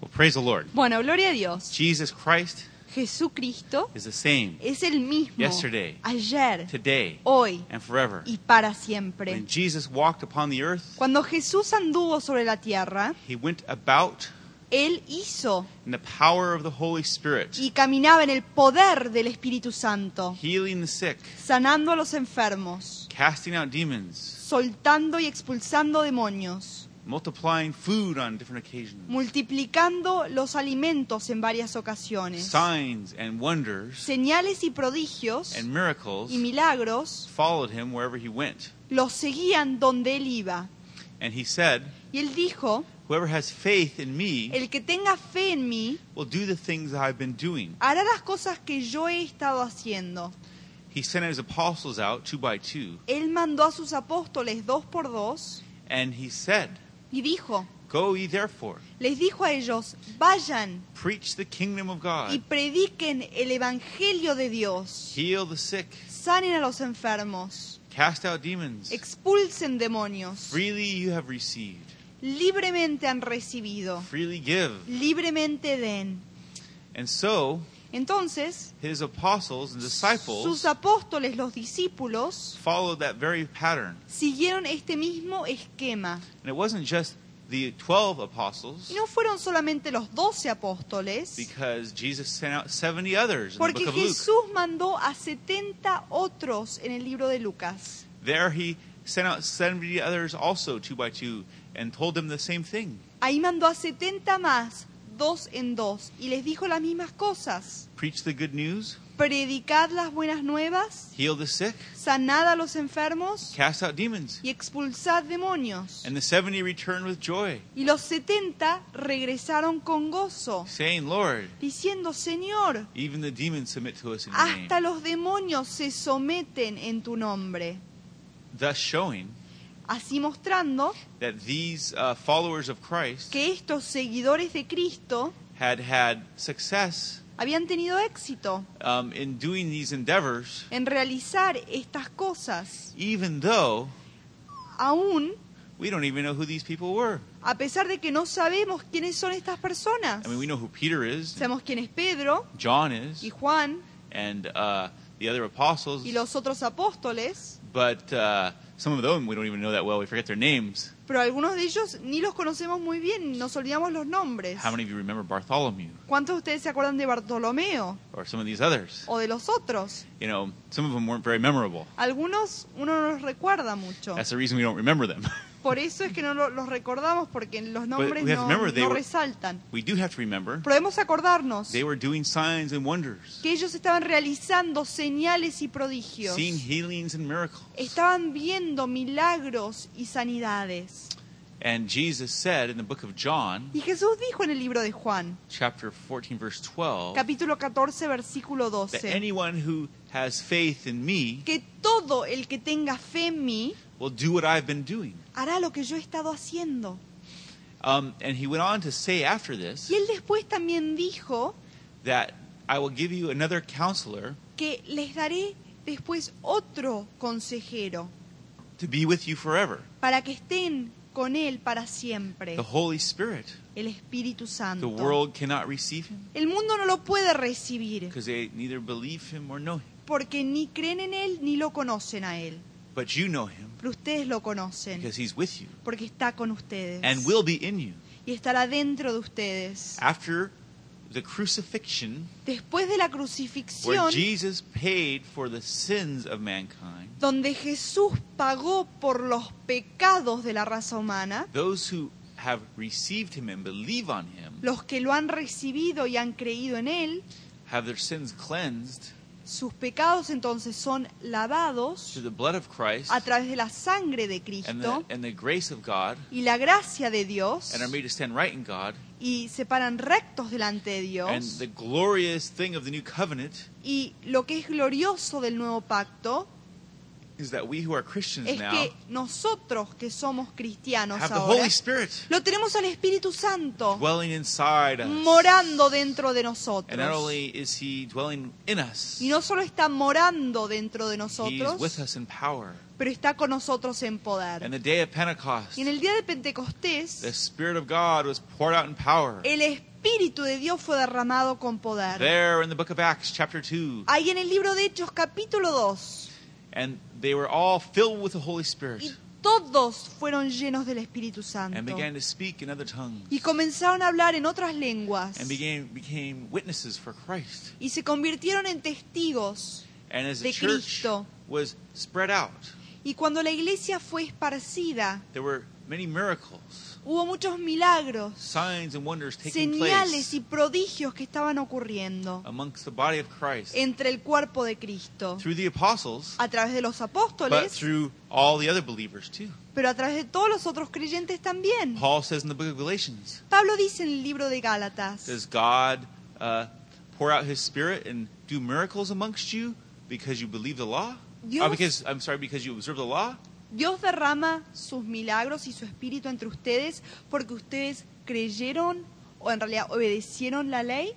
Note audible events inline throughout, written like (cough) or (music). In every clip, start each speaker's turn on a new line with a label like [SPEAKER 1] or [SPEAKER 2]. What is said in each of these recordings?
[SPEAKER 1] Well, praise the Lord.
[SPEAKER 2] Bueno, gloria a Dios.
[SPEAKER 1] Jesus Christ
[SPEAKER 2] Jesucristo
[SPEAKER 1] is the same
[SPEAKER 2] es el mismo
[SPEAKER 1] Yesterday.
[SPEAKER 2] ayer,
[SPEAKER 1] today
[SPEAKER 2] hoy
[SPEAKER 1] and forever.
[SPEAKER 2] y para siempre.
[SPEAKER 1] When Jesus walked upon the earth,
[SPEAKER 2] Cuando Jesús anduvo sobre la tierra,
[SPEAKER 1] he went about
[SPEAKER 2] Él hizo
[SPEAKER 1] in the power of the Holy Spirit,
[SPEAKER 2] y caminaba en el poder del Espíritu Santo,
[SPEAKER 1] healing the sick,
[SPEAKER 2] sanando a los enfermos,
[SPEAKER 1] casting out demons,
[SPEAKER 2] soltando y expulsando demonios,
[SPEAKER 1] multiplying food on different occasions.
[SPEAKER 2] multiplicando los alimentos en varias ocasiones.
[SPEAKER 1] Signs and wonders
[SPEAKER 2] Señales y prodigios
[SPEAKER 1] and miracles
[SPEAKER 2] y milagros
[SPEAKER 1] followed him wherever he went.
[SPEAKER 2] los seguían donde Él iba.
[SPEAKER 1] And he said,
[SPEAKER 2] Y Él dijo,
[SPEAKER 1] Whoever has faith in me
[SPEAKER 2] el que tenga fe en mí,
[SPEAKER 1] will do the things that I've been doing.
[SPEAKER 2] hará las cosas que yo he estado haciendo.
[SPEAKER 1] He sent his apostles out two by two,
[SPEAKER 2] Él mandó a sus apóstoles dos por dos
[SPEAKER 1] and he said,
[SPEAKER 2] y dijo,
[SPEAKER 1] Go ye therefore,
[SPEAKER 2] les dijo a ellos, vayan
[SPEAKER 1] preach the kingdom of
[SPEAKER 2] y
[SPEAKER 1] God,
[SPEAKER 2] prediquen el Evangelio de Dios,
[SPEAKER 1] heal the sick,
[SPEAKER 2] sanen a los enfermos,
[SPEAKER 1] cast out demons.
[SPEAKER 2] expulsen demonios,
[SPEAKER 1] Freely you have received,
[SPEAKER 2] libremente han recibido,
[SPEAKER 1] freely give.
[SPEAKER 2] libremente den.
[SPEAKER 1] And so
[SPEAKER 2] Entonces,
[SPEAKER 1] his apostles and
[SPEAKER 2] sus
[SPEAKER 1] disciples
[SPEAKER 2] apóstoles, los discípulos,
[SPEAKER 1] followed that very pattern.
[SPEAKER 2] siguieron este mismo esquema.
[SPEAKER 1] And it wasn't just the 12
[SPEAKER 2] Y
[SPEAKER 1] apostles,
[SPEAKER 2] no fueron solamente los doce apóstoles,
[SPEAKER 1] because Jesus sent out 70 others in the
[SPEAKER 2] Porque
[SPEAKER 1] book of Luke.
[SPEAKER 2] Jesús mandó a 70 otros en el libro de Lucas.
[SPEAKER 1] There he sent out 70 others also two by two and told them the same thing.
[SPEAKER 2] Ahí mandó a 70 más, dos en dos, y les dijo las mismas cosas.
[SPEAKER 1] Preach the good news,
[SPEAKER 2] Predicad las buenas nuevas,
[SPEAKER 1] heal the sick,
[SPEAKER 2] sanad a los enfermos
[SPEAKER 1] cast out demons.
[SPEAKER 2] y expulsad demonios.
[SPEAKER 1] And the 70 returned with joy,
[SPEAKER 2] Y los 70 regresaron con gozo,
[SPEAKER 1] saying, Lord,
[SPEAKER 2] diciendo, Señor,
[SPEAKER 1] even the demons submit to us in your name.
[SPEAKER 2] hasta los demonios se someten en tu nombre.
[SPEAKER 1] Thus showing
[SPEAKER 2] Así mostrando
[SPEAKER 1] that these uh, followers of Christ
[SPEAKER 2] que estos seguidores de Cristo
[SPEAKER 1] had had success
[SPEAKER 2] habían tenido éxito.
[SPEAKER 1] um, in doing these endeavors,
[SPEAKER 2] en realizar estas cosas,
[SPEAKER 1] even though
[SPEAKER 2] aún
[SPEAKER 1] we don't even know who these people were.
[SPEAKER 2] a pesar de que no sabemos quiénes son estas personas.
[SPEAKER 1] I mean, we know who Peter is, and
[SPEAKER 2] Sabemos quién es Pedro
[SPEAKER 1] John is,
[SPEAKER 2] y Juan
[SPEAKER 1] and uh, the other apostles,
[SPEAKER 2] y los otros apóstoles,
[SPEAKER 1] but uh, some of them we don't even know that well. We forget their names.
[SPEAKER 2] pero algunos de ellos ni los conocemos muy bien, nos olvidamos los nombres.
[SPEAKER 1] How many of you remember Bartholomew
[SPEAKER 2] ¿Cuántos de ustedes se acuerdan de Bartolomeo
[SPEAKER 1] or some of these others?
[SPEAKER 2] o de los otros?
[SPEAKER 1] You know, some of them weren't very memorable.
[SPEAKER 2] Algunos uno no los recuerda mucho.
[SPEAKER 1] That's the reason we don't remember them. (laughs)
[SPEAKER 2] Por eso es que no lo- los recordamos porque los nombres
[SPEAKER 1] we have to
[SPEAKER 2] no,
[SPEAKER 1] remember they
[SPEAKER 2] no
[SPEAKER 1] were-
[SPEAKER 2] resaltan.
[SPEAKER 1] we do have to remember
[SPEAKER 2] Pero debemos acordarnos
[SPEAKER 1] they were doing signs and wonders,
[SPEAKER 2] que ellos estaban realizando señales y prodigios.
[SPEAKER 1] seeing healings and miracles.
[SPEAKER 2] estaban viendo milagros y sanidades.
[SPEAKER 1] And Jesus said in the book of John,
[SPEAKER 2] Y Jesús dijo en el libro de Juan,
[SPEAKER 1] chapter 14, verse 12,
[SPEAKER 2] capítulo 14, versículo
[SPEAKER 1] that
[SPEAKER 2] 12,
[SPEAKER 1] anyone who has faith in me
[SPEAKER 2] que todo el que tenga fe en mí
[SPEAKER 1] will do what I've been doing.
[SPEAKER 2] hará lo que yo he estado haciendo.
[SPEAKER 1] Um, and he went on to say after this
[SPEAKER 2] Y él después también dijo
[SPEAKER 1] that I will give you another counselor
[SPEAKER 2] que les daré después otro consejero
[SPEAKER 1] to be with you forever
[SPEAKER 2] para que estén con él para siempre,
[SPEAKER 1] the Holy Spirit.
[SPEAKER 2] el Espíritu
[SPEAKER 1] The
[SPEAKER 2] Santo.
[SPEAKER 1] world cannot receive him
[SPEAKER 2] El mundo no lo puede recibir
[SPEAKER 1] because they neither believe him or know him.
[SPEAKER 2] porque ni creen en él ni lo conocen a él,
[SPEAKER 1] But you know him
[SPEAKER 2] pero ustedes lo conocen.
[SPEAKER 1] because he's with you
[SPEAKER 2] porque está con ustedes
[SPEAKER 1] and will be in you.
[SPEAKER 2] y estará dentro de ustedes.
[SPEAKER 1] After the crucifixion,
[SPEAKER 2] Después de la
[SPEAKER 1] where
[SPEAKER 2] crucifixión,
[SPEAKER 1] Jesus paid for the sins of mankind,
[SPEAKER 2] donde Jesús pagó por los pecados de la raza humana,
[SPEAKER 1] those who have received him and believe on him
[SPEAKER 2] los que lo han recibido y han creído en Él,
[SPEAKER 1] have their sins cleansed
[SPEAKER 2] sus pecados entonces son lavados
[SPEAKER 1] through the blood of Christ
[SPEAKER 2] a través de la sangre de
[SPEAKER 1] and the,
[SPEAKER 2] Cristo
[SPEAKER 1] and the grace of God
[SPEAKER 2] y la gracia de Dios
[SPEAKER 1] and are made to stand right in God.
[SPEAKER 2] y se paran rectos delante de
[SPEAKER 1] And
[SPEAKER 2] Dios.
[SPEAKER 1] the glorious thing of the new covenant
[SPEAKER 2] Y lo que es glorioso del nuevo pacto
[SPEAKER 1] is that we who are Christians
[SPEAKER 2] es
[SPEAKER 1] now
[SPEAKER 2] que nosotros que somos cristianos
[SPEAKER 1] have the
[SPEAKER 2] ahora,
[SPEAKER 1] Holy Spirit
[SPEAKER 2] lo tenemos al Espíritu Santo
[SPEAKER 1] dwelling inside us.
[SPEAKER 2] morando dentro de
[SPEAKER 1] And not
[SPEAKER 2] nosotros.
[SPEAKER 1] only is He dwelling in us,
[SPEAKER 2] Y no solo está morando dentro de
[SPEAKER 1] He's with
[SPEAKER 2] nosotros,
[SPEAKER 1] us in power.
[SPEAKER 2] pero está con nosotros en poder.
[SPEAKER 1] And the day of Pentecost,
[SPEAKER 2] Y en el día de
[SPEAKER 1] the
[SPEAKER 2] Pentecostés,
[SPEAKER 1] Spirit of God was poured out in power.
[SPEAKER 2] el Espíritu de Dios fue derramado con poder.
[SPEAKER 1] There in the book of Acts, chapter 2,
[SPEAKER 2] Ahí en el libro de Hechos capítulo 2,
[SPEAKER 1] and they were all filled with the Holy Spirit
[SPEAKER 2] y todos fueron llenos del Espíritu
[SPEAKER 1] and
[SPEAKER 2] Santo.
[SPEAKER 1] began to speak in other tongues
[SPEAKER 2] Y comenzaron a hablar en otras lenguas.
[SPEAKER 1] and became, became witnesses for Christ.
[SPEAKER 2] Y se convirtieron en testigos.
[SPEAKER 1] And as
[SPEAKER 2] De
[SPEAKER 1] the church
[SPEAKER 2] Cristo.
[SPEAKER 1] was spread out,
[SPEAKER 2] Y cuando la iglesia fue esparcida,
[SPEAKER 1] there were many miracles,
[SPEAKER 2] hubo muchos milagros,
[SPEAKER 1] signs, and wonders taking
[SPEAKER 2] señales
[SPEAKER 1] place
[SPEAKER 2] y prodigios que estaban ocurriendo
[SPEAKER 1] amongst the body of Christ
[SPEAKER 2] entre el cuerpo de Cristo,
[SPEAKER 1] through the apostles,
[SPEAKER 2] a través de los
[SPEAKER 1] but
[SPEAKER 2] apóstoles,
[SPEAKER 1] through all the other believers too.
[SPEAKER 2] pero a través de todos los otros creyentes también.
[SPEAKER 1] Paul says in the book of Galatians,
[SPEAKER 2] Pablo dice en el libro de Gálatas,
[SPEAKER 1] Does God uh, pour out His Spirit and do miracles amongst you because you believe the law?
[SPEAKER 2] Dios-
[SPEAKER 1] Or because I'm sorry, because you observe the law?
[SPEAKER 2] Dios derrama sus milagros y su espíritu entre ustedes porque ustedes creyeron o en realidad obedecieron la ley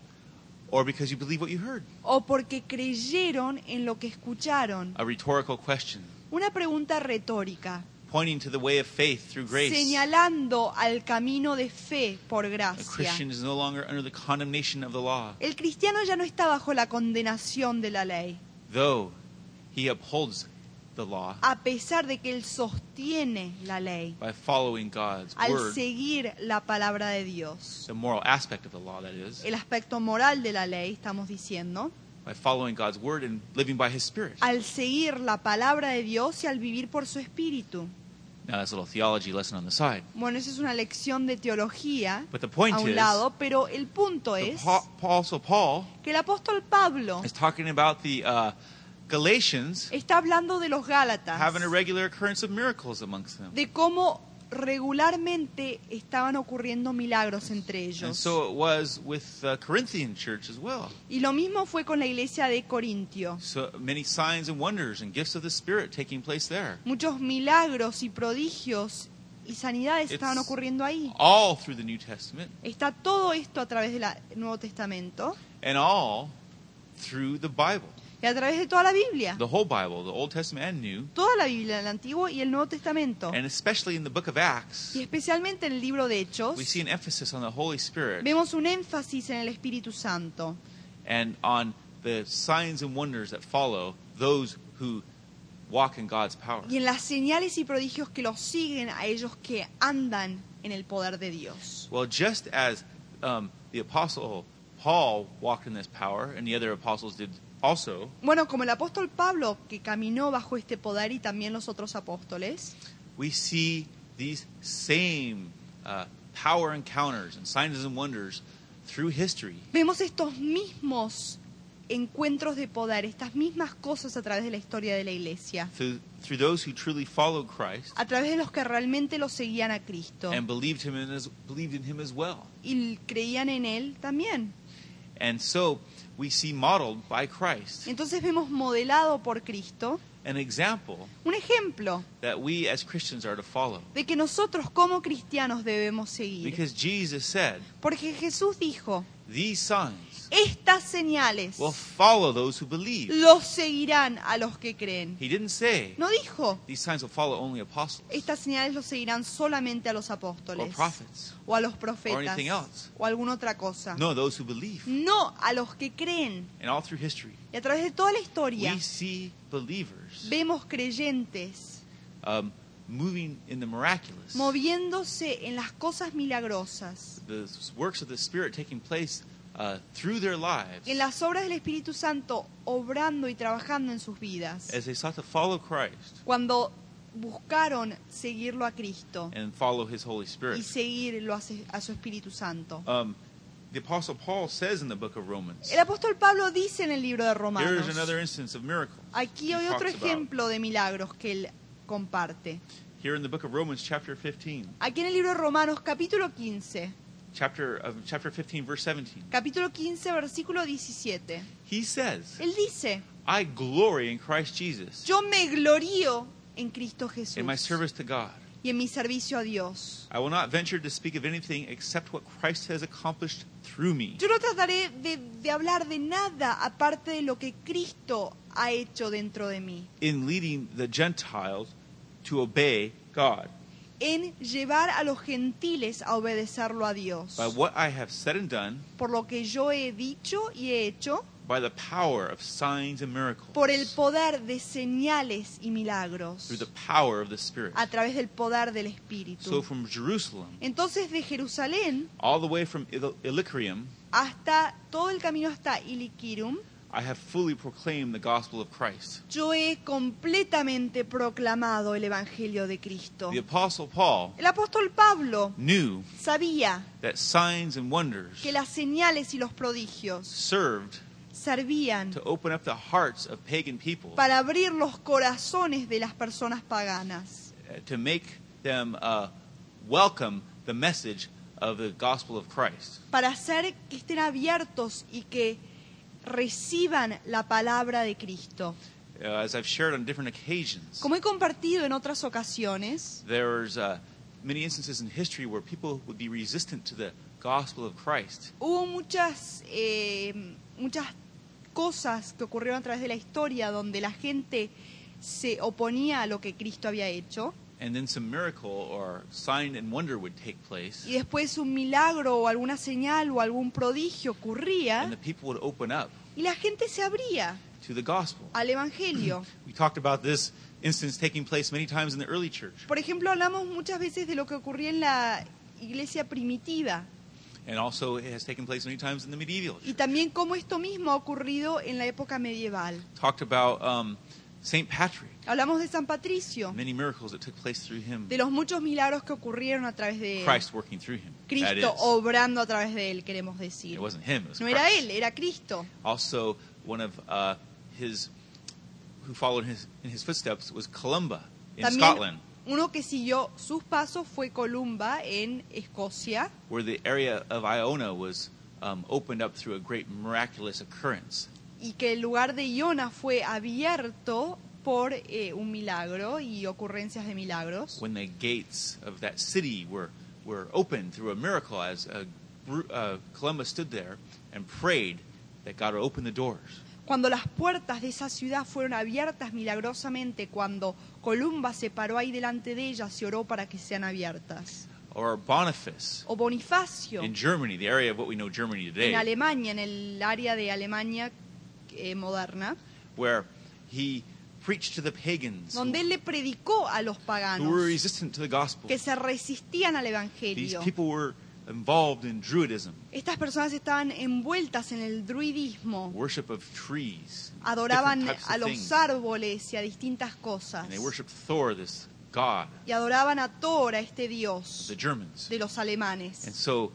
[SPEAKER 1] Or because you believe what you heard?
[SPEAKER 2] o porque creyeron en lo que escucharon.
[SPEAKER 1] A rhetorical question,
[SPEAKER 2] Una pregunta retórica.
[SPEAKER 1] pointing to the way of faith through grace.
[SPEAKER 2] señalando al camino de fe por
[SPEAKER 1] A
[SPEAKER 2] gracia.
[SPEAKER 1] Christian is no longer under the condemnation of the law,
[SPEAKER 2] El cristiano ya no está bajo la condenación de la ley,
[SPEAKER 1] though he upholds the law
[SPEAKER 2] a pesar de que él sostiene la ley
[SPEAKER 1] by following God's
[SPEAKER 2] al
[SPEAKER 1] word,
[SPEAKER 2] seguir la palabra de Dios.
[SPEAKER 1] the moral aspect of the law, that is,
[SPEAKER 2] El aspecto moral de la ley, estamos diciendo,
[SPEAKER 1] by following God's word and living by His Spirit.
[SPEAKER 2] al seguir la palabra de Dios y al vivir por su espíritu.
[SPEAKER 1] Now, that's a little theology lesson on the side.
[SPEAKER 2] Bueno, esa es una lección de teología
[SPEAKER 1] But the point
[SPEAKER 2] a un
[SPEAKER 1] is,
[SPEAKER 2] lado, pero el punto
[SPEAKER 1] the
[SPEAKER 2] es
[SPEAKER 1] Pa- Paul, so Paul
[SPEAKER 2] que el apóstol Pablo
[SPEAKER 1] is talking about the uh, Galatians
[SPEAKER 2] está hablando de los Gálatas.
[SPEAKER 1] having a regular occurrence of miracles amongst them.
[SPEAKER 2] de cómo regularmente estaban ocurriendo milagros entre
[SPEAKER 1] And
[SPEAKER 2] ellos.
[SPEAKER 1] so it was with the Corinthian church as well.
[SPEAKER 2] y lo mismo fue con la iglesia de Corintio.
[SPEAKER 1] So many signs and wonders and gifts of the Spirit taking place there.
[SPEAKER 2] Muchos milagros y prodigios y sanidades
[SPEAKER 1] It's-
[SPEAKER 2] estaban ocurriendo ahí.
[SPEAKER 1] All through the New Testament
[SPEAKER 2] Está todo esto a través del A- Nuevo Testamento
[SPEAKER 1] and all through the Bible.
[SPEAKER 2] y a través de toda la Biblia.
[SPEAKER 1] The whole Bible, the Old Testament and New,
[SPEAKER 2] Toda la Biblia, el Antiguo y el Nuevo Testamento.
[SPEAKER 1] and especially in the book of Acts,
[SPEAKER 2] Y especialmente en el libro de Hechos
[SPEAKER 1] we see an emphasis on the Holy Spirit
[SPEAKER 2] vemos un énfasis en el Espíritu Santo
[SPEAKER 1] and on the signs and wonders that follow those who walk in God's power.
[SPEAKER 2] y en las señales y prodigios que los siguen a ellos que andan en el poder de Dios.
[SPEAKER 1] Well, just as um, the apostle Paul walked in this power, and the other apostles did also,
[SPEAKER 2] Bueno, como el apóstol Pablo, que caminó bajo este poder y también los otros apóstoles,
[SPEAKER 1] we see these same uh, power encounters and signs and wonders through history.
[SPEAKER 2] vemos estos mismos encuentros de poder, estas mismas cosas a través de la historia de la iglesia,
[SPEAKER 1] Through, through those who truly followed Christ
[SPEAKER 2] a través de los que realmente lo seguían a Cristo
[SPEAKER 1] and believed him in as, believed in him as well.
[SPEAKER 2] y creían en Él también.
[SPEAKER 1] And so we see modeled by Christ
[SPEAKER 2] Entonces vemos modelado por Cristo
[SPEAKER 1] an example
[SPEAKER 2] un ejemplo
[SPEAKER 1] that we as Christians are to follow.
[SPEAKER 2] de que nosotros como cristianos debemos seguir.
[SPEAKER 1] Because Jesus said,
[SPEAKER 2] Porque Jesús dijo,
[SPEAKER 1] these signs
[SPEAKER 2] estas señales
[SPEAKER 1] will follow those who believe.
[SPEAKER 2] los seguirán a los que creen.
[SPEAKER 1] He didn't say,
[SPEAKER 2] No dijo,
[SPEAKER 1] These signs will follow only apostles
[SPEAKER 2] Estas señales los seguirán solamente a los
[SPEAKER 1] or
[SPEAKER 2] apóstoles
[SPEAKER 1] prophets.
[SPEAKER 2] o a los
[SPEAKER 1] or
[SPEAKER 2] profetas
[SPEAKER 1] anything else.
[SPEAKER 2] o alguna otra cosa.
[SPEAKER 1] No, those who believe.
[SPEAKER 2] No a los que creen.
[SPEAKER 1] And all through history,
[SPEAKER 2] Y a través de toda la
[SPEAKER 1] we
[SPEAKER 2] historia
[SPEAKER 1] see believers
[SPEAKER 2] vemos creyentes
[SPEAKER 1] um, moving in the miraculous,
[SPEAKER 2] moviéndose en las cosas milagrosas,
[SPEAKER 1] the works of the Spirit taking place uh, through their lives
[SPEAKER 2] en las obras del Espíritu Santo obrando y trabajando en sus vidas,
[SPEAKER 1] as they sought to follow Christ
[SPEAKER 2] cuando buscaron seguirlo a Cristo
[SPEAKER 1] and follow His Holy
[SPEAKER 2] y
[SPEAKER 1] Spirit.
[SPEAKER 2] seguirlo a se- a su Espíritu Santo.
[SPEAKER 1] Um, the Apostle Paul says in the book of Romans,
[SPEAKER 2] El apóstol Pablo dice en el libro de
[SPEAKER 1] here
[SPEAKER 2] Romanos,
[SPEAKER 1] is another instance of miracles.
[SPEAKER 2] Aquí
[SPEAKER 1] he
[SPEAKER 2] hay otro
[SPEAKER 1] talks about.
[SPEAKER 2] ejemplo de milagros que él comparte.
[SPEAKER 1] Here in the book of Romans, chapter 15,
[SPEAKER 2] Aquí en el libro de Romanos capítulo 15,
[SPEAKER 1] chapter, of chapter 15, verse 17.
[SPEAKER 2] Capítulo 15, versículo 17.
[SPEAKER 1] He says,
[SPEAKER 2] Él dice,
[SPEAKER 1] I glory in Christ Jesus
[SPEAKER 2] yo me glorío en Cristo Jesús
[SPEAKER 1] in my service to God.
[SPEAKER 2] y en mi servicio a Dios.
[SPEAKER 1] I will not venture to speak of anything except what Christ has accomplished through me.
[SPEAKER 2] Yo no trataré de, de hablar de nada aparte de lo que Cristo ha hecho dentro de mí,
[SPEAKER 1] in leading the Gentiles to obey God
[SPEAKER 2] en llevar a los gentiles a obedecerlo a Dios.
[SPEAKER 1] by what I have said and done,
[SPEAKER 2] Por lo que yo he dicho y he hecho,
[SPEAKER 1] by the power of signs and miracles,
[SPEAKER 2] por el poder de señales y milagros,
[SPEAKER 1] through the power of the Spirit.
[SPEAKER 2] a través del poder del
[SPEAKER 1] So
[SPEAKER 2] Espíritu.
[SPEAKER 1] from Jerusalem,
[SPEAKER 2] Entonces de Jerusalén
[SPEAKER 1] all the way from Il- Illyricum,
[SPEAKER 2] hasta todo el camino hasta Iliquirum,
[SPEAKER 1] I have fully proclaimed the gospel of Christ.
[SPEAKER 2] yo he completamente proclamado el Evangelio de Cristo.
[SPEAKER 1] The Apostle Paul
[SPEAKER 2] El apóstol Pablo
[SPEAKER 1] knew
[SPEAKER 2] sabía
[SPEAKER 1] that signs and wonders
[SPEAKER 2] que las señales y los prodigios
[SPEAKER 1] served
[SPEAKER 2] servían
[SPEAKER 1] to open up the hearts of pagan people,
[SPEAKER 2] para abrir los corazones de las personas paganas,
[SPEAKER 1] uh, to make them uh, welcome the message of the gospel of Christ.
[SPEAKER 2] para hacer que estén abiertos y que reciban la palabra de Cristo.
[SPEAKER 1] Uh, as I've shared on different occasions,
[SPEAKER 2] Como he compartido en otras ocasiones,
[SPEAKER 1] there's uh, many instances in history where people would be resistant to the gospel of Christ.
[SPEAKER 2] hubo muchas, eh, muchas cosas que ocurrieron a través de la historia donde la gente se oponía a lo que Cristo había hecho
[SPEAKER 1] And then some miracle or sign and wonder would take place,
[SPEAKER 2] y después un milagro o alguna señal o algún prodigio
[SPEAKER 1] and
[SPEAKER 2] ocurría
[SPEAKER 1] the people would open up
[SPEAKER 2] y la gente se abría
[SPEAKER 1] to the gospel.
[SPEAKER 2] al Evangelio.
[SPEAKER 1] We talked about this instance taking place many times in the early church,
[SPEAKER 2] Por ejemplo, hablamos muchas veces de lo que ocurría en la iglesia primitiva
[SPEAKER 1] and also it has taken place many times in the medieval
[SPEAKER 2] y
[SPEAKER 1] church.
[SPEAKER 2] también cómo esto mismo ha ocurrido en la época medieval.
[SPEAKER 1] Talked about um, St. Patrick,
[SPEAKER 2] Hablamos de San Patricio,
[SPEAKER 1] many miracles that took place through him,
[SPEAKER 2] de los muchos milagros que ocurrieron a través de él.
[SPEAKER 1] Christ working through him. That is,
[SPEAKER 2] Cristo obrando a través de él, queremos decir.
[SPEAKER 1] it wasn't him, it was
[SPEAKER 2] No era
[SPEAKER 1] Christ.
[SPEAKER 2] él, era Cristo.
[SPEAKER 1] Also, one of uh, his who followed his in his footsteps was Columba in Scotland,
[SPEAKER 2] También uno que siguió sus pasos fue Columba en Escocia,
[SPEAKER 1] where the area of Iona was um, opened up through a great miraculous occurrence.
[SPEAKER 2] y que el lugar de Iona fue abierto por eh, un milagro y ocurrencias de milagros.
[SPEAKER 1] When the gates of that city were were opened through a miracle, as uh, Bru- uh, Columba stood there and prayed that God would open the doors.
[SPEAKER 2] Cuando las puertas de esa ciudad fueron abiertas milagrosamente, cuando Columba se paró ahí delante de ellas y oró para que sean abiertas.
[SPEAKER 1] Or Boniface
[SPEAKER 2] O Bonifacio,
[SPEAKER 1] in Germany, the area of what we know Germany
[SPEAKER 2] en
[SPEAKER 1] today,
[SPEAKER 2] Alemania, en el área de Alemania eh, moderna,
[SPEAKER 1] where he preached to the pagans
[SPEAKER 2] donde él le predicó a los
[SPEAKER 1] who were
[SPEAKER 2] paganos
[SPEAKER 1] resistant to the gospel.
[SPEAKER 2] que se resistían al
[SPEAKER 1] These
[SPEAKER 2] Evangelio.
[SPEAKER 1] people were involved in Druidism,
[SPEAKER 2] Estas personas estaban envueltas en el druidismo,
[SPEAKER 1] worship of trees,
[SPEAKER 2] adoraban
[SPEAKER 1] different types
[SPEAKER 2] a
[SPEAKER 1] of
[SPEAKER 2] los
[SPEAKER 1] things.
[SPEAKER 2] árboles y a distintas cosas,
[SPEAKER 1] And they worshiped Thor, this god,
[SPEAKER 2] y adoraban a Thor, a este
[SPEAKER 1] the
[SPEAKER 2] dios
[SPEAKER 1] Germans.
[SPEAKER 2] de los alemanes.
[SPEAKER 1] And so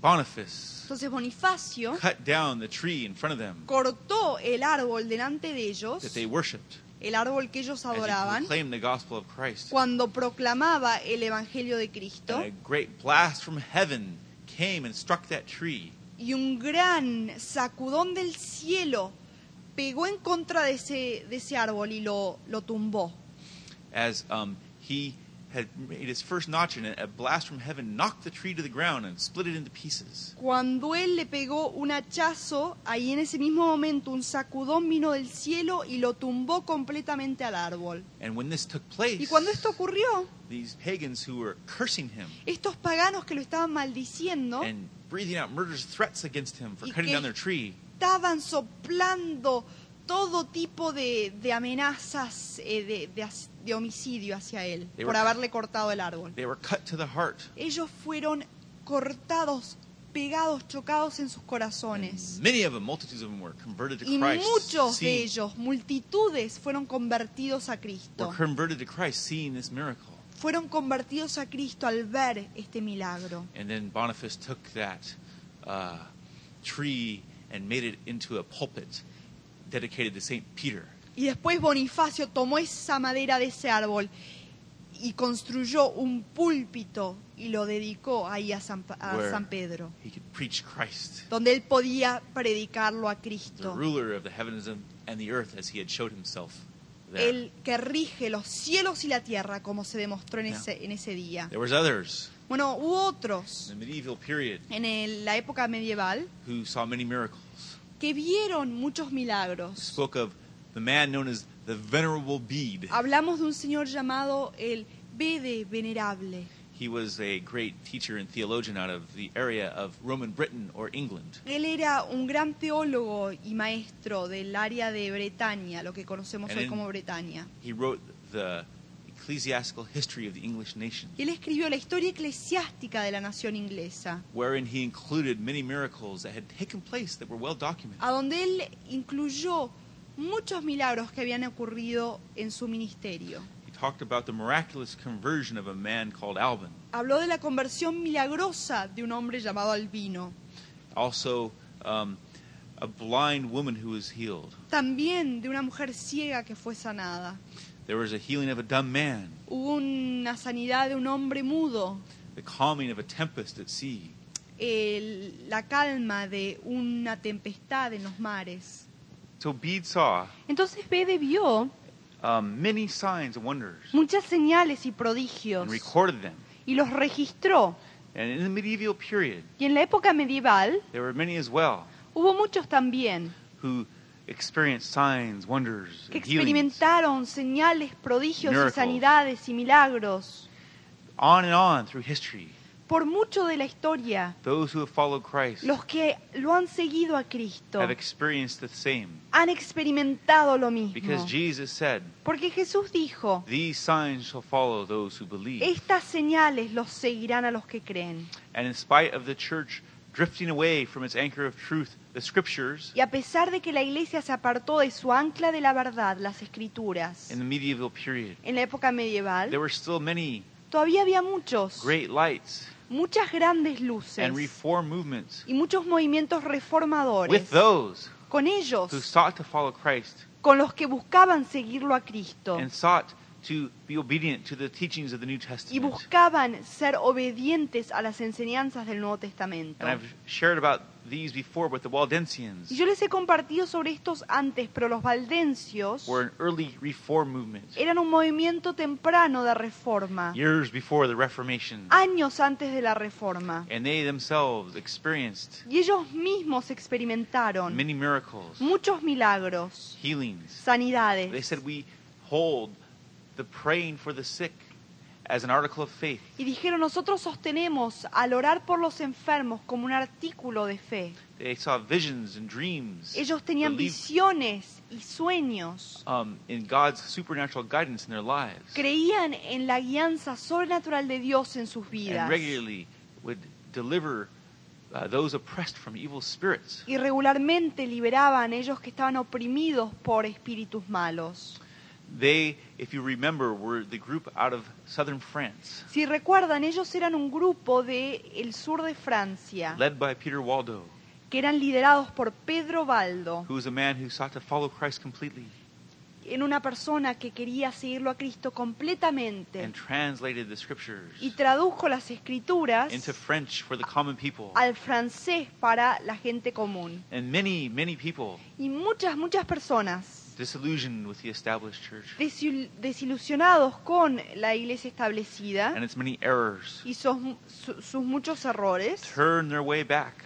[SPEAKER 1] Boniface
[SPEAKER 2] Entonces Bonifacio
[SPEAKER 1] cut down the tree in front of them
[SPEAKER 2] cortó el árbol delante de ellos,
[SPEAKER 1] that they worshipped
[SPEAKER 2] el árbol que ellos
[SPEAKER 1] as he
[SPEAKER 2] adoraban,
[SPEAKER 1] proclaimed the gospel of Christ.
[SPEAKER 2] cuando proclamaba el Evangelio de Cristo,
[SPEAKER 1] And a great blast from heaven came and struck that tree,
[SPEAKER 2] y un gran sacudón del cielo pegó en contra de ese, de ese árbol y lo, lo tumbó.
[SPEAKER 1] as um, he had made his first notch in it. A blast from heaven knocked the tree to the ground and split it into pieces.
[SPEAKER 2] Cuando él le pegó un hachazo, ahí en ese mismo momento un sacudón vino del cielo y lo tumbó completamente al árbol.
[SPEAKER 1] And when this took place,
[SPEAKER 2] Y cuando esto ocurrió,
[SPEAKER 1] these pagans who were cursing him
[SPEAKER 2] estos paganos que lo estaban maldiciendo
[SPEAKER 1] and breathing out murderous threats against him for
[SPEAKER 2] Y
[SPEAKER 1] cutting
[SPEAKER 2] que-
[SPEAKER 1] down their tree,
[SPEAKER 2] estaban soplando todo tipo de, de amenazas eh, de, de as- de homicidio hacia él
[SPEAKER 1] They
[SPEAKER 2] por
[SPEAKER 1] were-
[SPEAKER 2] haberle cortado el árbol.
[SPEAKER 1] they were cut to the heart,
[SPEAKER 2] Ellos fueron cortados, pegados, chocados en sus
[SPEAKER 1] And
[SPEAKER 2] corazones.
[SPEAKER 1] many of them, multitudes of them, were converted Mm, to
[SPEAKER 2] Y
[SPEAKER 1] Christ.
[SPEAKER 2] muchos de
[SPEAKER 1] seeing-
[SPEAKER 2] ellos, multitudes, fueron convertidos a
[SPEAKER 1] were
[SPEAKER 2] Cristo.
[SPEAKER 1] converted to Christ, seeing this miracle.
[SPEAKER 2] Fueron convertidos a Cristo al ver este milagro.
[SPEAKER 1] And then Boniface took that uh, tree and made it into a pulpit dedicated to Saint Peter.
[SPEAKER 2] Y después Bonifacio tomó esa madera de ese árbol y construyó un púlpito y lo dedicó ahí a San, Pa- a
[SPEAKER 1] Where-
[SPEAKER 2] uh, San Pedro,
[SPEAKER 1] He could preach Christ,
[SPEAKER 2] donde él podía predicarlo a
[SPEAKER 1] the
[SPEAKER 2] Cristo,
[SPEAKER 1] ruler of the heavens and and the earth, as he had showed himself there.
[SPEAKER 2] el que rige los cielos y la tierra, como se demostró en
[SPEAKER 1] Yeah.
[SPEAKER 2] ese, en ese día.
[SPEAKER 1] There was others
[SPEAKER 2] Bueno, hubo otros
[SPEAKER 1] in the medieval period
[SPEAKER 2] en el- la época medieval
[SPEAKER 1] who saw many miracles.
[SPEAKER 2] que vieron muchos milagros.
[SPEAKER 1] Spoke of the man known as the Venerable Bede.
[SPEAKER 2] Hablamos de un señor llamado el Bede Venerable.
[SPEAKER 1] He was a great teacher and theologian out of the area of Roman Britain or England.
[SPEAKER 2] Él era un gran teólogo y maestro del área de Bretaña, lo que conocemos
[SPEAKER 1] And
[SPEAKER 2] hoy
[SPEAKER 1] in-
[SPEAKER 2] como Bretaña.
[SPEAKER 1] He wrote the ecclesiastical history of the English nation,
[SPEAKER 2] Y él escribió la historia eclesiástica de la nación inglesa,
[SPEAKER 1] wherein he included many miracles that had taken place that were well documented.
[SPEAKER 2] a donde él incluyó muchos milagros que habían ocurrido en su ministerio.
[SPEAKER 1] He talked about the miraculous conversion of a man called Alban,
[SPEAKER 2] Habló de la conversión milagrosa de un hombre llamado Albino,
[SPEAKER 1] also um, a blind woman who was healed.
[SPEAKER 2] también de una mujer ciega que fue sanada.
[SPEAKER 1] There was a healing of a dumb man,
[SPEAKER 2] Hubo una sanidad de un hombre mudo,
[SPEAKER 1] the calming of a tempest at sea,
[SPEAKER 2] el- la calma de una tempestad en los mares.
[SPEAKER 1] So Bede saw
[SPEAKER 2] Entonces Bede vio
[SPEAKER 1] um, many signs and wonders
[SPEAKER 2] muchas señales y
[SPEAKER 1] and
[SPEAKER 2] prodigios
[SPEAKER 1] recorded them.
[SPEAKER 2] y los registró.
[SPEAKER 1] And in the medieval period,
[SPEAKER 2] Y en la época medieval
[SPEAKER 1] there were many as well
[SPEAKER 2] hubo muchos también
[SPEAKER 1] who experienced signs, wonders,
[SPEAKER 2] que
[SPEAKER 1] and healings.
[SPEAKER 2] experimentaron señales, prodigios y
[SPEAKER 1] Miracles.
[SPEAKER 2] sanidades y milagros
[SPEAKER 1] On and on through history,
[SPEAKER 2] por mucho de la historia.
[SPEAKER 1] those who have followed Christ
[SPEAKER 2] Los que lo han seguido a Cristo
[SPEAKER 1] have experienced the same.
[SPEAKER 2] han experimentado lo
[SPEAKER 1] Because
[SPEAKER 2] mismo.
[SPEAKER 1] Jesus said,
[SPEAKER 2] Porque Jesús dijo,
[SPEAKER 1] These signs shall follow those who believe.
[SPEAKER 2] estas señales los seguirán a los que creen.
[SPEAKER 1] And in spite of the church drifting away from its anchor of truth, the scriptures,
[SPEAKER 2] Y a pesar de que la iglesia se apartó de su ancla de la verdad, las escrituras,
[SPEAKER 1] in the medieval period,
[SPEAKER 2] en la época medieval,
[SPEAKER 1] there were still many
[SPEAKER 2] todavía había muchos,
[SPEAKER 1] great lights
[SPEAKER 2] muchas grandes luces
[SPEAKER 1] and reform movements
[SPEAKER 2] y muchos movimientos reformadores.
[SPEAKER 1] with those
[SPEAKER 2] Con
[SPEAKER 1] who
[SPEAKER 2] ellos,
[SPEAKER 1] sought to follow Christ
[SPEAKER 2] con los que buscaban seguirlo a Cristo
[SPEAKER 1] and sought to be obedient to the teachings of the New
[SPEAKER 2] y
[SPEAKER 1] Testament.
[SPEAKER 2] buscaban ser obedientes a las enseñanzas del Nuevo Testamento.
[SPEAKER 1] And I've shared about these before, but the Waldensians
[SPEAKER 2] Y yo les he compartido sobre estos antes, pero los valdencios
[SPEAKER 1] were an early reform movement,
[SPEAKER 2] eran un movimiento temprano de reforma,
[SPEAKER 1] years before the Reformation.
[SPEAKER 2] años antes de la reforma.
[SPEAKER 1] And they themselves experienced
[SPEAKER 2] Y ellos mismos experimentaron
[SPEAKER 1] many miracles,
[SPEAKER 2] muchos milagros,
[SPEAKER 1] healings. They
[SPEAKER 2] sanidades.
[SPEAKER 1] said, We hold the praying for the sick as an article of faith.
[SPEAKER 2] Y dijeron, nosotros sostenemos al orar por los enfermos como un artículo de fe.
[SPEAKER 1] They saw visions and dreams,
[SPEAKER 2] Ellos tenían
[SPEAKER 1] believed,
[SPEAKER 2] visiones y sueños.
[SPEAKER 1] um, in God's supernatural guidance in their lives,
[SPEAKER 2] Creían en la guianza sobrenatural de Dios en sus
[SPEAKER 1] and
[SPEAKER 2] vidas.
[SPEAKER 1] regularly would deliver uh, those oppressed from evil spirits.
[SPEAKER 2] Y regularmente liberaban a ellos que estaban oprimidos por espíritus malos.
[SPEAKER 1] They, if you remember, were the group out of southern France,
[SPEAKER 2] Si recuerdan, ellos eran un grupo del el sur de Francia,
[SPEAKER 1] led by Peter Waldo,
[SPEAKER 2] que eran liderados por Pedro Baldo,
[SPEAKER 1] who was a man who sought to follow Christ completely
[SPEAKER 2] en una persona que quería seguirlo a Cristo completamente
[SPEAKER 1] and translated the scriptures
[SPEAKER 2] y tradujo las escrituras
[SPEAKER 1] into French for the common people.
[SPEAKER 2] al francés para la gente común.
[SPEAKER 1] And many, many people
[SPEAKER 2] Y muchas, muchas personas,
[SPEAKER 1] disillusioned with the established church
[SPEAKER 2] desil- desilusionados con la iglesia establecida
[SPEAKER 1] and its many errors
[SPEAKER 2] y sus, su- sus muchos errores,
[SPEAKER 1] turned their way back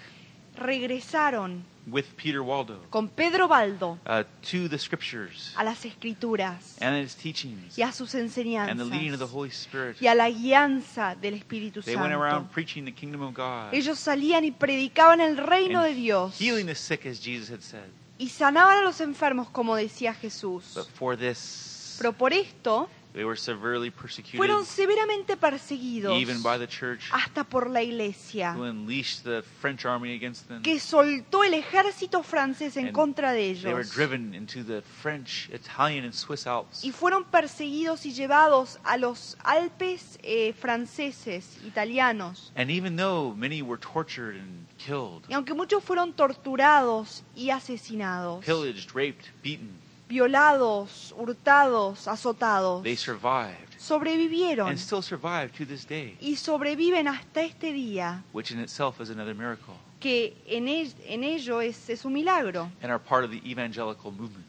[SPEAKER 2] regresaron
[SPEAKER 1] with Peter Waldo
[SPEAKER 2] con Pedro Baldo
[SPEAKER 1] uh, to the scriptures
[SPEAKER 2] a las escrituras
[SPEAKER 1] and its teachings
[SPEAKER 2] y a sus
[SPEAKER 1] and the leading of the
[SPEAKER 2] enseñanzas
[SPEAKER 1] Holy Spirit.
[SPEAKER 2] y a la guianza del Espíritu
[SPEAKER 1] They went
[SPEAKER 2] Santo.
[SPEAKER 1] around preaching the kingdom of God.
[SPEAKER 2] Ellos salían y predicaban el reino de
[SPEAKER 1] and
[SPEAKER 2] Dios
[SPEAKER 1] Healing the sick, as Jesus had said.
[SPEAKER 2] y sanaban a los enfermos, como decía
[SPEAKER 1] But
[SPEAKER 2] Jesús.
[SPEAKER 1] for this,
[SPEAKER 2] Pero por esto
[SPEAKER 1] they were severely persecuted,
[SPEAKER 2] fueron Ah, severamente perseguidos,
[SPEAKER 1] even by the church,
[SPEAKER 2] hasta por la iglesia,
[SPEAKER 1] who unleashed the French army against them.
[SPEAKER 2] que soltó el ejército francés en
[SPEAKER 1] And
[SPEAKER 2] contra de
[SPEAKER 1] They were
[SPEAKER 2] ellos.
[SPEAKER 1] driven into the French, Italian, and Swiss Alps.
[SPEAKER 2] Y fueron perseguidos y llevados a los Alpes eh, franceses, italianos.
[SPEAKER 1] And even though many were tortured and killed,
[SPEAKER 2] Y aunque muchos fueron torturados y asesinados,
[SPEAKER 1] pillaged, raped, beaten,
[SPEAKER 2] violados, hurtados, azotados,
[SPEAKER 1] they survived
[SPEAKER 2] sobrevivieron
[SPEAKER 1] and still survive to this day,
[SPEAKER 2] y sobreviven hasta este día,
[SPEAKER 1] which in itself is another miracle,
[SPEAKER 2] que en, el- en ello es, es un milagro
[SPEAKER 1] and are part of the evangelical movement.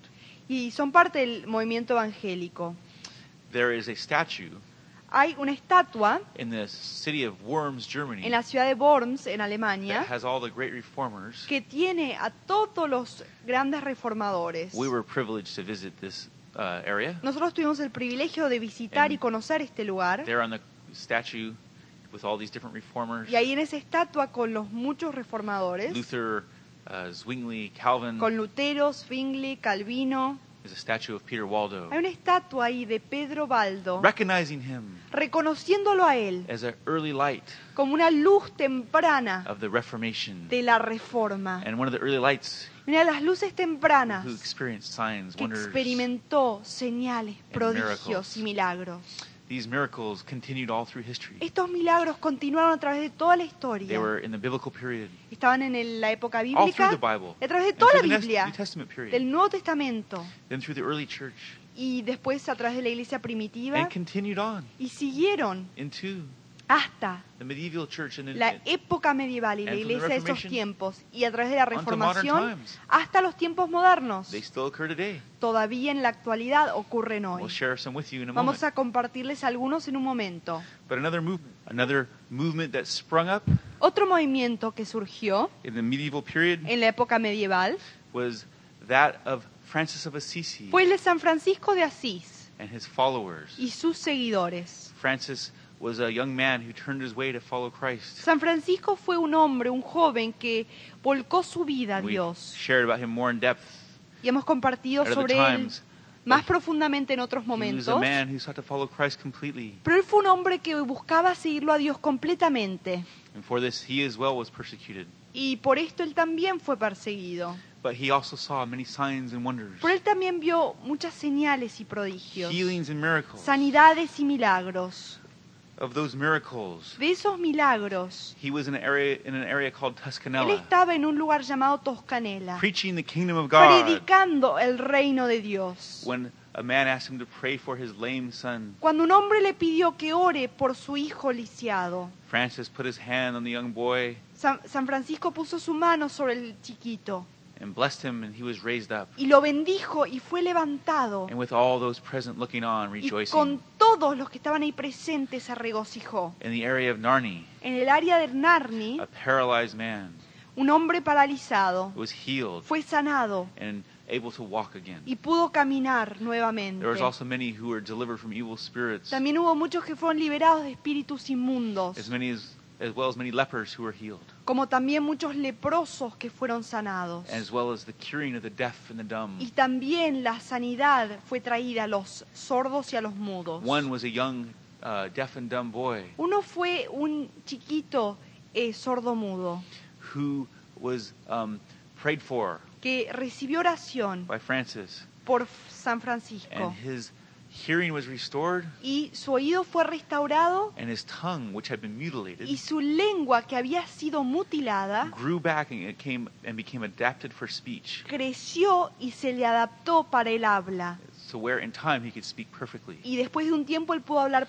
[SPEAKER 2] y son parte del movimiento evangélico.
[SPEAKER 1] There is a statue
[SPEAKER 2] Hay una estatua
[SPEAKER 1] in the city of Worms, Germany,
[SPEAKER 2] en la ciudad de Worms, en
[SPEAKER 1] that
[SPEAKER 2] Alemania,
[SPEAKER 1] has all the great reformers.
[SPEAKER 2] que tiene a todos los grandes reformadores.
[SPEAKER 1] We were privileged to visit this uh, area.
[SPEAKER 2] Nosotros tuvimos el privilegio de visitar y conocer este lugar.
[SPEAKER 1] There on the statue with all these different reformers,
[SPEAKER 2] Y ahí en esa estatua con los muchos reformadores,
[SPEAKER 1] Luther, uh, Zwingli, Calvin.
[SPEAKER 2] con Lutero, Zwingli, Calvino,
[SPEAKER 1] There's a statue of Peter Waldo.
[SPEAKER 2] hay una estatua ahí de Pedro Baldo,
[SPEAKER 1] Recognizing him
[SPEAKER 2] reconociéndolo a él
[SPEAKER 1] as an early light
[SPEAKER 2] como una luz temprana
[SPEAKER 1] of the Reformation
[SPEAKER 2] de la reforma,
[SPEAKER 1] and one of the early lights
[SPEAKER 2] una de las luces tempranas
[SPEAKER 1] who experienced signs,
[SPEAKER 2] que
[SPEAKER 1] wonders.
[SPEAKER 2] experimentó señales, prodigios
[SPEAKER 1] miracles.
[SPEAKER 2] y milagros.
[SPEAKER 1] These miracles continued all through history.
[SPEAKER 2] Estos milagros continuaron a través de toda la
[SPEAKER 1] They
[SPEAKER 2] historia.
[SPEAKER 1] were in the biblical period,
[SPEAKER 2] Estaban en el- la época
[SPEAKER 1] all through the
[SPEAKER 2] bíblica,
[SPEAKER 1] Bible,
[SPEAKER 2] a través de
[SPEAKER 1] and
[SPEAKER 2] toda la
[SPEAKER 1] through the Nes-
[SPEAKER 2] Biblia,
[SPEAKER 1] New Testament period,
[SPEAKER 2] del Nuevo Testamento.
[SPEAKER 1] then through the early church,
[SPEAKER 2] y después a través de la iglesia primitiva
[SPEAKER 1] and continued on
[SPEAKER 2] y siguieron
[SPEAKER 1] into
[SPEAKER 2] hasta
[SPEAKER 1] the medieval church and,
[SPEAKER 2] la época medieval y la
[SPEAKER 1] And from the
[SPEAKER 2] iglesia de esos
[SPEAKER 1] Reformation
[SPEAKER 2] tiempos y a través de la
[SPEAKER 1] onto modern
[SPEAKER 2] reformación
[SPEAKER 1] times.
[SPEAKER 2] hasta los tiempos modernos.
[SPEAKER 1] They still occur today.
[SPEAKER 2] Todavía en la actualidad ocurren
[SPEAKER 1] We'll
[SPEAKER 2] hoy.
[SPEAKER 1] share some with you in a moment.
[SPEAKER 2] Vamos a compartirles algunos en un momento.
[SPEAKER 1] But another movement, another movement that sprung up
[SPEAKER 2] Otro movimiento que surgió
[SPEAKER 1] in the medieval period
[SPEAKER 2] en la época medieval
[SPEAKER 1] was that of Francis of Assisi
[SPEAKER 2] fue el de San Francisco de Asís
[SPEAKER 1] and his followers.
[SPEAKER 2] y sus seguidores.
[SPEAKER 1] Francis was a young man who turned his way to follow Christ.
[SPEAKER 2] San Francisco fue un hombre, un joven que volcó su vida a
[SPEAKER 1] We
[SPEAKER 2] Dios.
[SPEAKER 1] shared about him more in depth
[SPEAKER 2] y hemos compartido
[SPEAKER 1] at other
[SPEAKER 2] sobre él
[SPEAKER 1] times.
[SPEAKER 2] más profundamente en otros
[SPEAKER 1] He was a
[SPEAKER 2] momentos.
[SPEAKER 1] man who sought to follow Christ completely,
[SPEAKER 2] Pero él fue un hombre que buscaba seguirlo a Dios completamente.
[SPEAKER 1] and for this he as well was persecuted.
[SPEAKER 2] Y por esto él también fue perseguido.
[SPEAKER 1] But he also saw many signs and wonders,
[SPEAKER 2] Pero él también vio muchas señales y prodigios,
[SPEAKER 1] healings and miracles.
[SPEAKER 2] sanidades y milagros.
[SPEAKER 1] Of those miracles,
[SPEAKER 2] De esos milagros,
[SPEAKER 1] he was in an area in an area called
[SPEAKER 2] él
[SPEAKER 1] Tuscanella,
[SPEAKER 2] estaba en un lugar llamado Toscanela,
[SPEAKER 1] preaching the kingdom of God.
[SPEAKER 2] predicando el reino de Dios.
[SPEAKER 1] When a man asked him to pray for his lame son,
[SPEAKER 2] Cuando un hombre le pidió que ore por su hijo lisiado,
[SPEAKER 1] Francis put his hand on the young boy
[SPEAKER 2] San- San Francisco puso su mano sobre el chiquito
[SPEAKER 1] and blessed him, and he was raised up.
[SPEAKER 2] y lo bendijo y fue levantado.
[SPEAKER 1] And with all those present looking on,
[SPEAKER 2] Y
[SPEAKER 1] rejoicing.
[SPEAKER 2] con todos los que estaban ahí presentes se regocijó.
[SPEAKER 1] In the area of Narni,
[SPEAKER 2] En el área de Narni,
[SPEAKER 1] a paralyzed man
[SPEAKER 2] un hombre paralizado
[SPEAKER 1] was healed
[SPEAKER 2] fue sanado
[SPEAKER 1] and able to walk again.
[SPEAKER 2] y pudo caminar nuevamente.
[SPEAKER 1] There was also many who were delivered from evil spirits,
[SPEAKER 2] También hubo muchos que fueron liberados de espíritus
[SPEAKER 1] as
[SPEAKER 2] inmundos,
[SPEAKER 1] many as, as well as many lepers who were healed,
[SPEAKER 2] como también muchos leprosos que fueron sanados.
[SPEAKER 1] as well as the curing of the deaf and the dumb.
[SPEAKER 2] Y también la sanidad fue traída a los sordos y a los mudos.
[SPEAKER 1] One was a young uh, deaf and dumb boy
[SPEAKER 2] Uno fue un chiquito eh, sordo-mudo
[SPEAKER 1] who was um, prayed for
[SPEAKER 2] que recibió oración
[SPEAKER 1] by Francis,
[SPEAKER 2] por F- San
[SPEAKER 1] and
[SPEAKER 2] Francisco.
[SPEAKER 1] his hearing was restored,
[SPEAKER 2] Y su oído fue restaurado
[SPEAKER 1] and his tongue, which had been mutilated,
[SPEAKER 2] y su lengua que había sido mutilada
[SPEAKER 1] grew back and it came and became adapted for speech.
[SPEAKER 2] creció y se le adaptó para el habla.
[SPEAKER 1] So where in time he could speak perfectly.
[SPEAKER 2] Y después de un tiempo él pudo hablar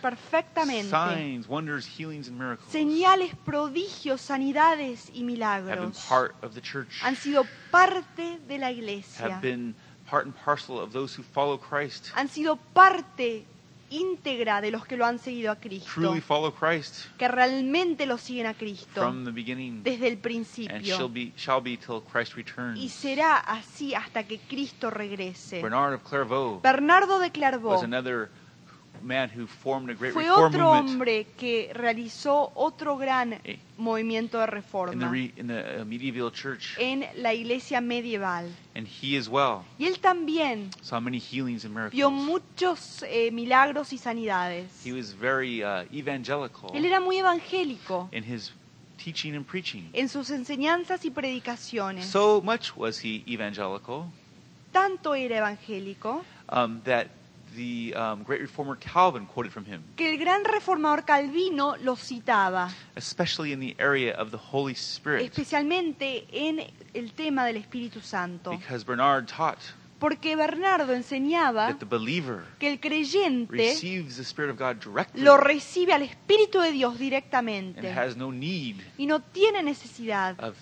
[SPEAKER 2] perfectamente.
[SPEAKER 1] Signs, wonders, healings, and miracles
[SPEAKER 2] Señales, prodigios, sanidades y
[SPEAKER 1] have been
[SPEAKER 2] milagros
[SPEAKER 1] part of the church,
[SPEAKER 2] han sido parte de la iglesia,
[SPEAKER 1] have been part and parcel of those who follow Christ,
[SPEAKER 2] han sido parte íntegra de los que lo han seguido a Cristo,
[SPEAKER 1] truly follow Christ
[SPEAKER 2] que realmente lo siguen a Cristo
[SPEAKER 1] from the beginning,
[SPEAKER 2] desde el
[SPEAKER 1] and shall
[SPEAKER 2] principio.
[SPEAKER 1] be shall be till Christ
[SPEAKER 2] y
[SPEAKER 1] returns.
[SPEAKER 2] será así hasta que Cristo regrese.
[SPEAKER 1] Bernard of Clairvaux
[SPEAKER 2] Bernardo de
[SPEAKER 1] was
[SPEAKER 2] Clairvaux
[SPEAKER 1] another man who formed a great
[SPEAKER 2] fue
[SPEAKER 1] reform
[SPEAKER 2] otro
[SPEAKER 1] movement
[SPEAKER 2] hombre que realizó otro gran
[SPEAKER 1] Eh,
[SPEAKER 2] movimiento de
[SPEAKER 1] in the,
[SPEAKER 2] reforma
[SPEAKER 1] re, in the uh, medieval church,
[SPEAKER 2] en la iglesia medieval.
[SPEAKER 1] and he as well
[SPEAKER 2] Y él también
[SPEAKER 1] saw many healings and
[SPEAKER 2] vio
[SPEAKER 1] miracles.
[SPEAKER 2] muchos eh, milagros y sanidades.
[SPEAKER 1] He was very uh, evangelical
[SPEAKER 2] Él era muy evangélico
[SPEAKER 1] in his teaching and preaching.
[SPEAKER 2] en sus enseñanzas y predicaciones.
[SPEAKER 1] So much was he evangelical
[SPEAKER 2] Tanto era evangélico
[SPEAKER 1] um, that the um, great reformer Calvin quoted from him,
[SPEAKER 2] que el gran reformador Calvino lo citaba,
[SPEAKER 1] especially in the area of the Holy Spirit,
[SPEAKER 2] especialmente en el tema del Espíritu Santo.
[SPEAKER 1] because Bernard taught
[SPEAKER 2] Porque Bernardo enseñaba
[SPEAKER 1] that the believer
[SPEAKER 2] que el creyente
[SPEAKER 1] receives the Spirit of God directly
[SPEAKER 2] lo recibe al Espíritu de Dios
[SPEAKER 1] and
[SPEAKER 2] directamente
[SPEAKER 1] has no need
[SPEAKER 2] y no tiene necesidad
[SPEAKER 1] of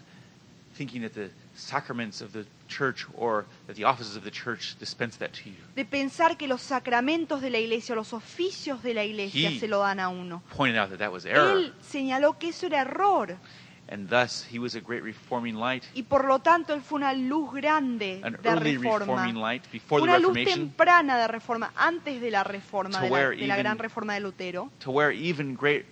[SPEAKER 1] thinking that the sacraments of the church or that the offices of the church dispense that to you.
[SPEAKER 2] de pensar que los sacramentos de la iglesia o los oficios de la iglesia
[SPEAKER 1] He-
[SPEAKER 2] se lo dan a uno.
[SPEAKER 1] Pointed out that that was error,
[SPEAKER 2] Él señaló que eso era error
[SPEAKER 1] and thus he was a great reforming light,
[SPEAKER 2] y por lo tanto él fue una luz grande
[SPEAKER 1] an
[SPEAKER 2] de
[SPEAKER 1] early reforming
[SPEAKER 2] reforma.
[SPEAKER 1] light before the
[SPEAKER 2] Una luz
[SPEAKER 1] Reformation,
[SPEAKER 2] temprana de reforma, antes de la reforma,
[SPEAKER 1] To
[SPEAKER 2] de la,
[SPEAKER 1] where
[SPEAKER 2] de la gran
[SPEAKER 1] even-
[SPEAKER 2] reforma de Lutero,
[SPEAKER 1] to where even great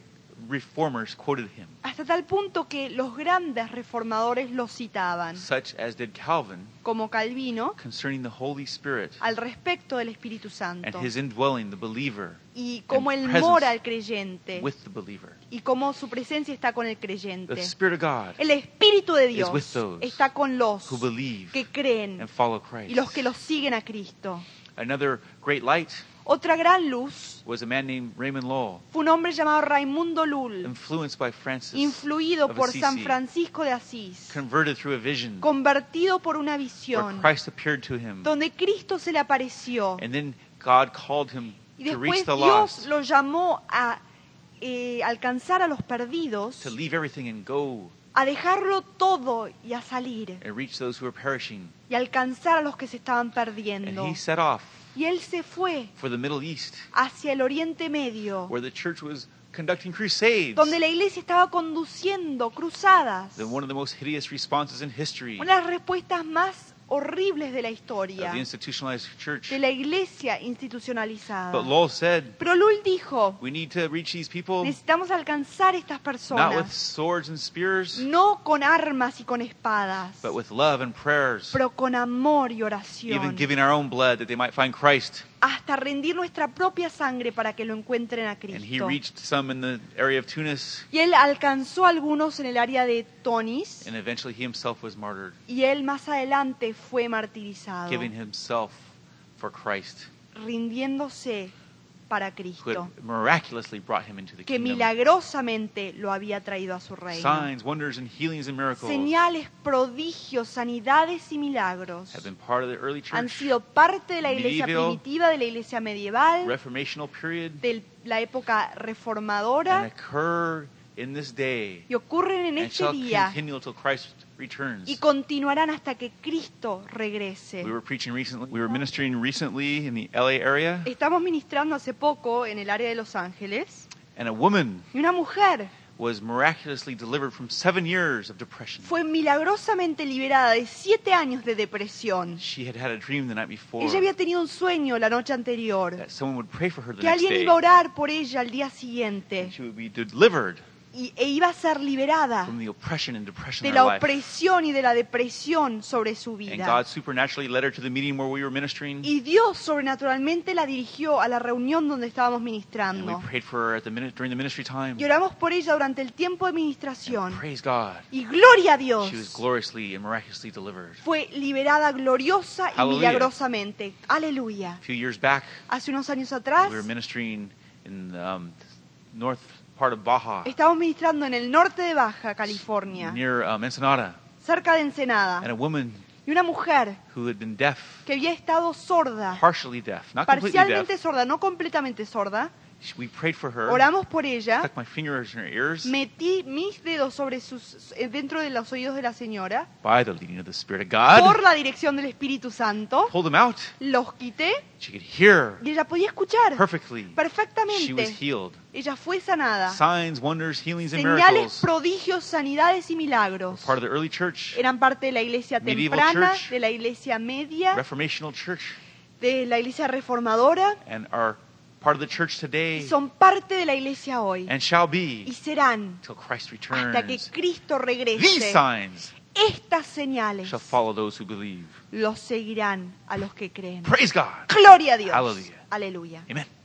[SPEAKER 1] reformers quoted him,
[SPEAKER 2] hasta tal punto que los grandes reformadores lo citaban,
[SPEAKER 1] such as did Calvin
[SPEAKER 2] como Calvino,
[SPEAKER 1] concerning the Holy Spirit
[SPEAKER 2] al respecto del Espíritu
[SPEAKER 1] and
[SPEAKER 2] Santo,
[SPEAKER 1] his indwelling the believer
[SPEAKER 2] y cómo
[SPEAKER 1] and
[SPEAKER 2] él
[SPEAKER 1] presence
[SPEAKER 2] mora al creyente,
[SPEAKER 1] with the believer.
[SPEAKER 2] y cómo su presencia está con el
[SPEAKER 1] The
[SPEAKER 2] creyente.
[SPEAKER 1] Spirit of God
[SPEAKER 2] El Espíritu de
[SPEAKER 1] with
[SPEAKER 2] Dios
[SPEAKER 1] those
[SPEAKER 2] está con los
[SPEAKER 1] who believe
[SPEAKER 2] que creen
[SPEAKER 1] and follow
[SPEAKER 2] y los
[SPEAKER 1] Christ.
[SPEAKER 2] que los siguen a Cristo.
[SPEAKER 1] Another great light
[SPEAKER 2] Otra gran luz
[SPEAKER 1] was a man named Raymond Lowell,
[SPEAKER 2] fue un hombre llamado Raimundo Lull,
[SPEAKER 1] influenced by Francis,
[SPEAKER 2] influido
[SPEAKER 1] of
[SPEAKER 2] por
[SPEAKER 1] Assisi,
[SPEAKER 2] San Francisco de Asís,
[SPEAKER 1] converted through a vision
[SPEAKER 2] convertido por una
[SPEAKER 1] where
[SPEAKER 2] visión,
[SPEAKER 1] Christ appeared to him,
[SPEAKER 2] donde Cristo se le apareció
[SPEAKER 1] and then God called him
[SPEAKER 2] y
[SPEAKER 1] to
[SPEAKER 2] después
[SPEAKER 1] reach the lost,
[SPEAKER 2] Dios lo llamó a eh, alcanzar a los perdidos,
[SPEAKER 1] to leave everything and go
[SPEAKER 2] a dejarlo todo y a salir
[SPEAKER 1] and reach those who are perishing.
[SPEAKER 2] y alcanzar a los que se estaban
[SPEAKER 1] And
[SPEAKER 2] perdiendo.
[SPEAKER 1] he set off
[SPEAKER 2] Y él se fue
[SPEAKER 1] for the Middle East,
[SPEAKER 2] hacia el Oriente Medio,
[SPEAKER 1] where the church was conducting crusades.
[SPEAKER 2] donde la iglesia estaba conduciendo cruzadas.
[SPEAKER 1] The- one of the most hideous responses in history
[SPEAKER 2] Una de las respuestas más horribles de la
[SPEAKER 1] of
[SPEAKER 2] historia
[SPEAKER 1] the institutionalized church.
[SPEAKER 2] de la iglesia institucionalizada.
[SPEAKER 1] But Lowell said,
[SPEAKER 2] Pero Lul dijo,
[SPEAKER 1] we need to reach these people
[SPEAKER 2] necesitamos alcanzar estas
[SPEAKER 1] not with
[SPEAKER 2] personas,
[SPEAKER 1] swords and spears,
[SPEAKER 2] no con armas y con espadas,
[SPEAKER 1] but with love and prayers,
[SPEAKER 2] pero con amor y
[SPEAKER 1] even
[SPEAKER 2] oración,
[SPEAKER 1] giving our own blood that they might find Christ.
[SPEAKER 2] hasta rendir nuestra propia sangre para que lo encuentren a
[SPEAKER 1] And he
[SPEAKER 2] Cristo.
[SPEAKER 1] reached some in the area of Tunis,
[SPEAKER 2] Y él alcanzó a algunos en el área de Tonis,
[SPEAKER 1] and eventually he himself was martyred,
[SPEAKER 2] y él más adelante fue martirizado,
[SPEAKER 1] giving himself for Christ,
[SPEAKER 2] rindiéndose para
[SPEAKER 1] who
[SPEAKER 2] Cristo.
[SPEAKER 1] had miraculously brought him into the
[SPEAKER 2] que
[SPEAKER 1] kingdom.
[SPEAKER 2] milagrosamente lo había traído a su reino.
[SPEAKER 1] Signs, wonders, and healings and miracles
[SPEAKER 2] Señales, prodigios, sanidades y milagros
[SPEAKER 1] have been part of the early
[SPEAKER 2] han
[SPEAKER 1] church
[SPEAKER 2] sido parte de la iglesia
[SPEAKER 1] medieval,
[SPEAKER 2] primitiva, de la iglesia medieval,
[SPEAKER 1] reformational period
[SPEAKER 2] de la época
[SPEAKER 1] and
[SPEAKER 2] reformadora
[SPEAKER 1] occur in this day
[SPEAKER 2] y ocurren en
[SPEAKER 1] and
[SPEAKER 2] este
[SPEAKER 1] shall
[SPEAKER 2] día
[SPEAKER 1] continue till Christ returns.
[SPEAKER 2] y continuarán hasta que Cristo regrese.
[SPEAKER 1] We were preaching recently. We were ministering recently in the LA area,
[SPEAKER 2] Estamos ministrando hace poco en el área de Los Ángeles
[SPEAKER 1] and a woman
[SPEAKER 2] y una mujer
[SPEAKER 1] was miraculously delivered from seven years of depression.
[SPEAKER 2] fue milagrosamente liberada de siete años de depresión.
[SPEAKER 1] She had had a dream the night before
[SPEAKER 2] Ella había tenido un sueño la noche anterior.
[SPEAKER 1] that someone would pray for her the
[SPEAKER 2] que
[SPEAKER 1] next
[SPEAKER 2] alguien
[SPEAKER 1] day,
[SPEAKER 2] iba a orar por ella al día
[SPEAKER 1] and
[SPEAKER 2] siguiente
[SPEAKER 1] she would be delivered
[SPEAKER 2] y, e iba a ser liberada
[SPEAKER 1] from the oppression and depression
[SPEAKER 2] Ah. de
[SPEAKER 1] of her
[SPEAKER 2] la
[SPEAKER 1] life.
[SPEAKER 2] opresión y de la depresión sobre su
[SPEAKER 1] And
[SPEAKER 2] vida.
[SPEAKER 1] God supernaturally led her to the meeting where we were ministering,
[SPEAKER 2] Y Dios sobrenaturalmente la dirigió a la reunión donde estábamos
[SPEAKER 1] and we
[SPEAKER 2] ministrando.
[SPEAKER 1] prayed for her at the minute during the ministry time.
[SPEAKER 2] Y oramos por ella durante el tiempo de
[SPEAKER 1] And
[SPEAKER 2] ministración.
[SPEAKER 1] praise God,
[SPEAKER 2] Y gloria a Dios.
[SPEAKER 1] she was gloriously and miraculously delivered.
[SPEAKER 2] Fue liberada gloriosa y
[SPEAKER 1] Hallelujah.
[SPEAKER 2] milagrosamente. Aleluya.
[SPEAKER 1] A few years back,
[SPEAKER 2] Hace unos años atrás
[SPEAKER 1] we were ministering in the um, north part of Baja,
[SPEAKER 2] estábamos ministrando en el norte de Baja California,
[SPEAKER 1] near um, Ensenada,
[SPEAKER 2] cerca de
[SPEAKER 1] and
[SPEAKER 2] Ensenada.
[SPEAKER 1] a woman
[SPEAKER 2] Y una mujer
[SPEAKER 1] who had been deaf,
[SPEAKER 2] que había estado sorda
[SPEAKER 1] partially deaf, not completely deaf.
[SPEAKER 2] parcialmente sorda, no completamente sorda.
[SPEAKER 1] She- We prayed for her.
[SPEAKER 2] Oramos por ella.
[SPEAKER 1] Stuck my fingers in her ears
[SPEAKER 2] Metí mis dedos sobre sus eh, dentro de los oídos de la señora
[SPEAKER 1] by the leading of the Spirit of
[SPEAKER 2] por
[SPEAKER 1] God.
[SPEAKER 2] la dirección del Espíritu Santo.
[SPEAKER 1] Pulled them out.
[SPEAKER 2] Los quité
[SPEAKER 1] She could hear
[SPEAKER 2] y ella podía escuchar
[SPEAKER 1] perfectly. She was
[SPEAKER 2] perfectamente.
[SPEAKER 1] healed.
[SPEAKER 2] Ella fue sanada.
[SPEAKER 1] Signs, wonders, healings, and
[SPEAKER 2] Señales,
[SPEAKER 1] miracles.
[SPEAKER 2] prodigios, sanidades y
[SPEAKER 1] were
[SPEAKER 2] milagros
[SPEAKER 1] Part of the early church,
[SPEAKER 2] eran parte de la iglesia
[SPEAKER 1] Medieval
[SPEAKER 2] temprana,
[SPEAKER 1] church.
[SPEAKER 2] de la iglesia media,
[SPEAKER 1] reformational church,
[SPEAKER 2] de la iglesia reformadora
[SPEAKER 1] and are part of the church
[SPEAKER 2] y
[SPEAKER 1] today
[SPEAKER 2] son parte de la iglesia hoy
[SPEAKER 1] and shall
[SPEAKER 2] y
[SPEAKER 1] be
[SPEAKER 2] serán
[SPEAKER 1] till Christ
[SPEAKER 2] hasta que
[SPEAKER 1] returns.
[SPEAKER 2] Cristo
[SPEAKER 1] These
[SPEAKER 2] regrese.
[SPEAKER 1] signs
[SPEAKER 2] Estas señales
[SPEAKER 1] shall follow those who believe.
[SPEAKER 2] los seguirán a los que creen.
[SPEAKER 1] Praise God.
[SPEAKER 2] Gloria a Dios.
[SPEAKER 1] Hallelujah.
[SPEAKER 2] Aleluya.
[SPEAKER 1] Amen.